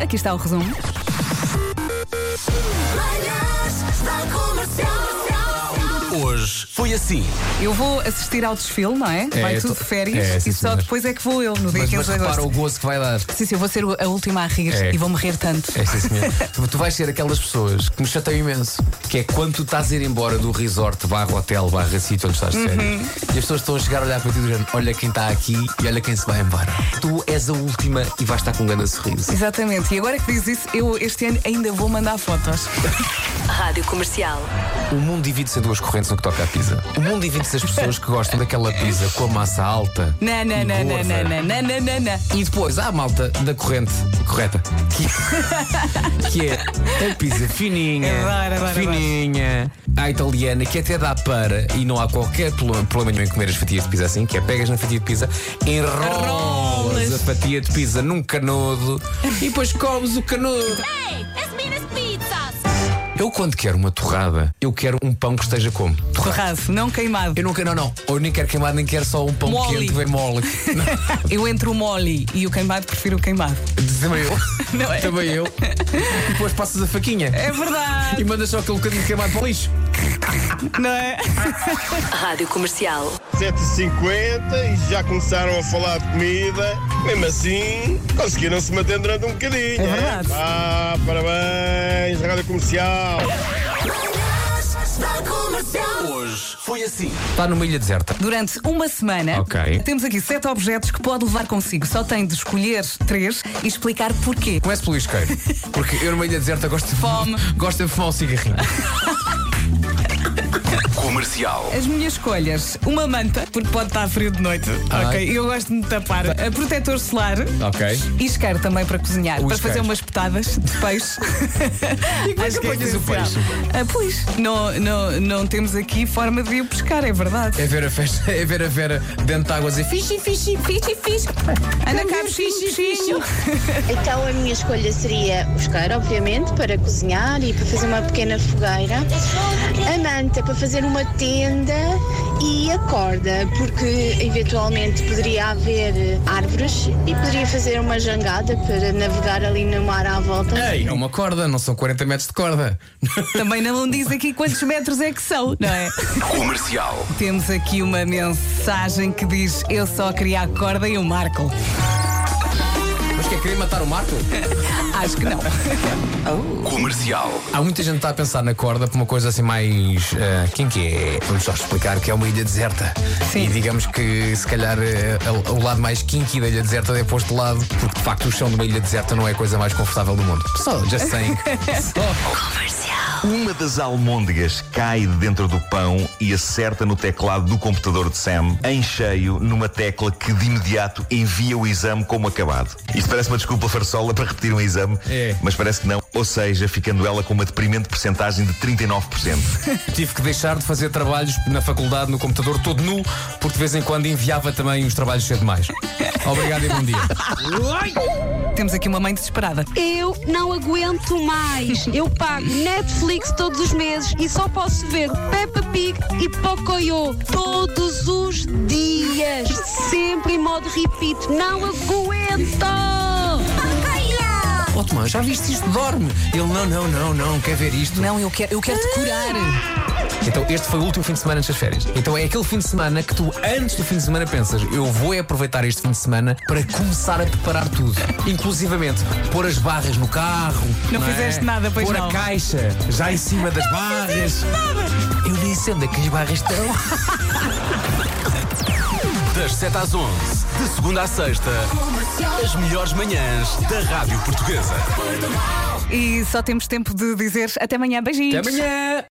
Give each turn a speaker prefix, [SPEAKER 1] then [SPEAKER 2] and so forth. [SPEAKER 1] Aqui está o resumo.
[SPEAKER 2] Hoje foi assim.
[SPEAKER 1] Eu vou assistir ao desfile, não é? Vai
[SPEAKER 3] eu
[SPEAKER 1] tudo
[SPEAKER 3] tô-
[SPEAKER 1] de férias
[SPEAKER 3] é, sim,
[SPEAKER 1] e só
[SPEAKER 3] senhora.
[SPEAKER 1] depois é que vou eu, no dia
[SPEAKER 3] Mas,
[SPEAKER 1] que eles
[SPEAKER 3] mas repara o
[SPEAKER 1] agostam.
[SPEAKER 3] gozo que vai dar.
[SPEAKER 1] Sim, sim, eu vou ser o- a última a rir
[SPEAKER 3] É.
[SPEAKER 1] e vou-me rir tanto.
[SPEAKER 3] É, sim, senhor. tu, tu vais ser aquelas pessoas que me chateiam imenso. Que é quando tu estás a ir embora do resort, barra hotel, barra sítio onde estás de férias, e as pessoas estão a chegar a olhar para ti do género, olha quem está aqui e olha quem se vai embora. Tu és a última e vais estar com um grande sorriso.
[SPEAKER 1] Exatamente, e agora que diz isso, eu este ano ainda vou mandar fotos.
[SPEAKER 4] Rádio Comercial.
[SPEAKER 3] O mundo divide-se a duas correntes no que toca à pizza. O mundo divide-se as pessoas que gostam daquela pizza com a massa alta.
[SPEAKER 1] Não, não,
[SPEAKER 3] e
[SPEAKER 1] não, não,
[SPEAKER 3] gorda.
[SPEAKER 1] não, não, não, não, não, não.
[SPEAKER 3] E depois há a malta da corrente correta, que, que é a pizza fininha,
[SPEAKER 1] Adoro, adoro,
[SPEAKER 3] fininha, à italiana, que até dá para, e não há qualquer plo- problema nenhum em comer as fatias de pizza assim, que é pegas na fatia de pizza, enrolas
[SPEAKER 1] Enrolas.
[SPEAKER 3] a fatia de pizza num canudo e depois comes o canudo.
[SPEAKER 5] Hey, it's Mina's Pizzas!
[SPEAKER 3] Eu quando quero uma torrada, eu quero um pão que esteja como?
[SPEAKER 1] Torrado, não queimado.
[SPEAKER 3] Eu não quero, não, não. Ou nem quero queimado, nem quero só um pão
[SPEAKER 1] Mole.
[SPEAKER 3] quente bem mole.
[SPEAKER 1] Eu entre o mole e o queimado, prefiro o queimado.
[SPEAKER 3] Também eu.
[SPEAKER 1] Não é?
[SPEAKER 3] Também eu. E depois passas a faquinha.
[SPEAKER 1] É verdade,
[SPEAKER 3] E mandas só aquele bocadinho queimado para o lixo.
[SPEAKER 1] não é?
[SPEAKER 4] Rádio Comercial.
[SPEAKER 6] 7h50 e já começaram a falar de comida. Mesmo assim, conseguiram se manter durante um bocadinho.
[SPEAKER 1] É
[SPEAKER 6] hein?
[SPEAKER 1] verdade.
[SPEAKER 6] Ah, parabéns, Rádio Comercial.
[SPEAKER 2] Hoje foi assim.
[SPEAKER 3] Está numa ilha deserta.
[SPEAKER 1] Durante uma semana,
[SPEAKER 3] Ok.
[SPEAKER 1] temos aqui sete objetos que pode levar consigo. Só tem de escolher três e explicar porquê.
[SPEAKER 3] Comece pelo isqueiro. Porque eu numa ilha deserta gosto de
[SPEAKER 1] Fome.
[SPEAKER 3] Gosto de fumar um cigarrinho.
[SPEAKER 2] Comercial.
[SPEAKER 1] As minhas escolhas: uma manta, porque pode estar frio de noite.
[SPEAKER 3] Ah.
[SPEAKER 1] Ok, eu gosto de me tapar. A protetor solar.
[SPEAKER 3] Ok.
[SPEAKER 1] E isqueiro também para cozinhar,
[SPEAKER 3] O
[SPEAKER 1] para
[SPEAKER 3] isqueiro.
[SPEAKER 1] fazer umas petadas de peixe. e como
[SPEAKER 3] é que apanhas o peixe?
[SPEAKER 1] Ah, pois, não, não, não temos aqui forma de ir pescar, é verdade.
[SPEAKER 3] É ver a festa, é ver a Vera dentro de água a dizer fixe.
[SPEAKER 1] Ana Carlos, fixe, fixe.
[SPEAKER 7] Então a minha escolha seria o isqueiro, obviamente, para cozinhar e para fazer uma pequena fogueira. A manta para fazer uma tenda e a corda, porque eventualmente poderia haver eh, árvores e poderia fazer uma jangada para navegar ali no mar à volta.
[SPEAKER 3] Ei, é uma corda, não são 40 metros de corda.
[SPEAKER 1] Também não diz aqui quantos metros é que são, não é?
[SPEAKER 2] Comercial.
[SPEAKER 1] Temos aqui uma mensagem que diz: Eu só queria a corda e o Marco.
[SPEAKER 3] Mas quer querer matar o Marco?
[SPEAKER 1] Acho que não.
[SPEAKER 2] Comercial.
[SPEAKER 3] Há muita gente que está a pensar na corda por uma coisa assim mais. ah, quem que é? Vamos só explicar que é uma ilha deserta.
[SPEAKER 1] Sim.
[SPEAKER 3] E digamos que se calhar ah, o lado mais kinky da ilha deserta é posto de lado, porque de facto o chão de uma ilha deserta não é a coisa mais confortável do mundo. Só, just saying.
[SPEAKER 8] Uma das almôndegas cai de dentro do pão e acerta no teclado do computador de Sam, em cheio, numa tecla que de imediato envia o exame como acabado. Isto parece uma desculpa farsola para repetir um exame,
[SPEAKER 3] É.
[SPEAKER 8] mas parece que não. Ou seja, ficando ela com uma deprimente percentagem de 39%.
[SPEAKER 3] Tive que deixar de fazer trabalhos na faculdade no computador todo nu, porque de vez em quando enviava também os trabalhos cedo demais. Obrigado e bom dia.
[SPEAKER 1] Temos aqui uma mãe desesperada.
[SPEAKER 9] Eu não aguento mais. Eu pago Netflix todos os meses e só posso ver Peppa Pig e Pocoyo todos os dias. Sempre em modo repeat. Não aguento!
[SPEAKER 3] Ó Tomás, já viste isto? Dorme! Ele, não, não, não, não, quer ver isto.
[SPEAKER 1] Não, eu quero, eu quero decorar.
[SPEAKER 3] Então, este foi o último fim de semana antes das férias. Então, é aquele fim de semana que tu, antes do fim de semana, pensas: eu vou é aproveitar este fim de semana para começar a preparar tudo. Inclusivamente, pôr as barras no carro.
[SPEAKER 1] Não
[SPEAKER 3] é?
[SPEAKER 1] fizeste nada, pois
[SPEAKER 3] pôr
[SPEAKER 1] não.
[SPEAKER 3] a caixa já em cima das barras. Nada. Eu disse onde é que as barras estão.
[SPEAKER 2] Das 7 às 11, de segunda à sexta, as melhores manhãs da Rádio Portuguesa.
[SPEAKER 1] E só temos tempo de dizer até amanhã. Beijinhos.
[SPEAKER 3] Até amanhã!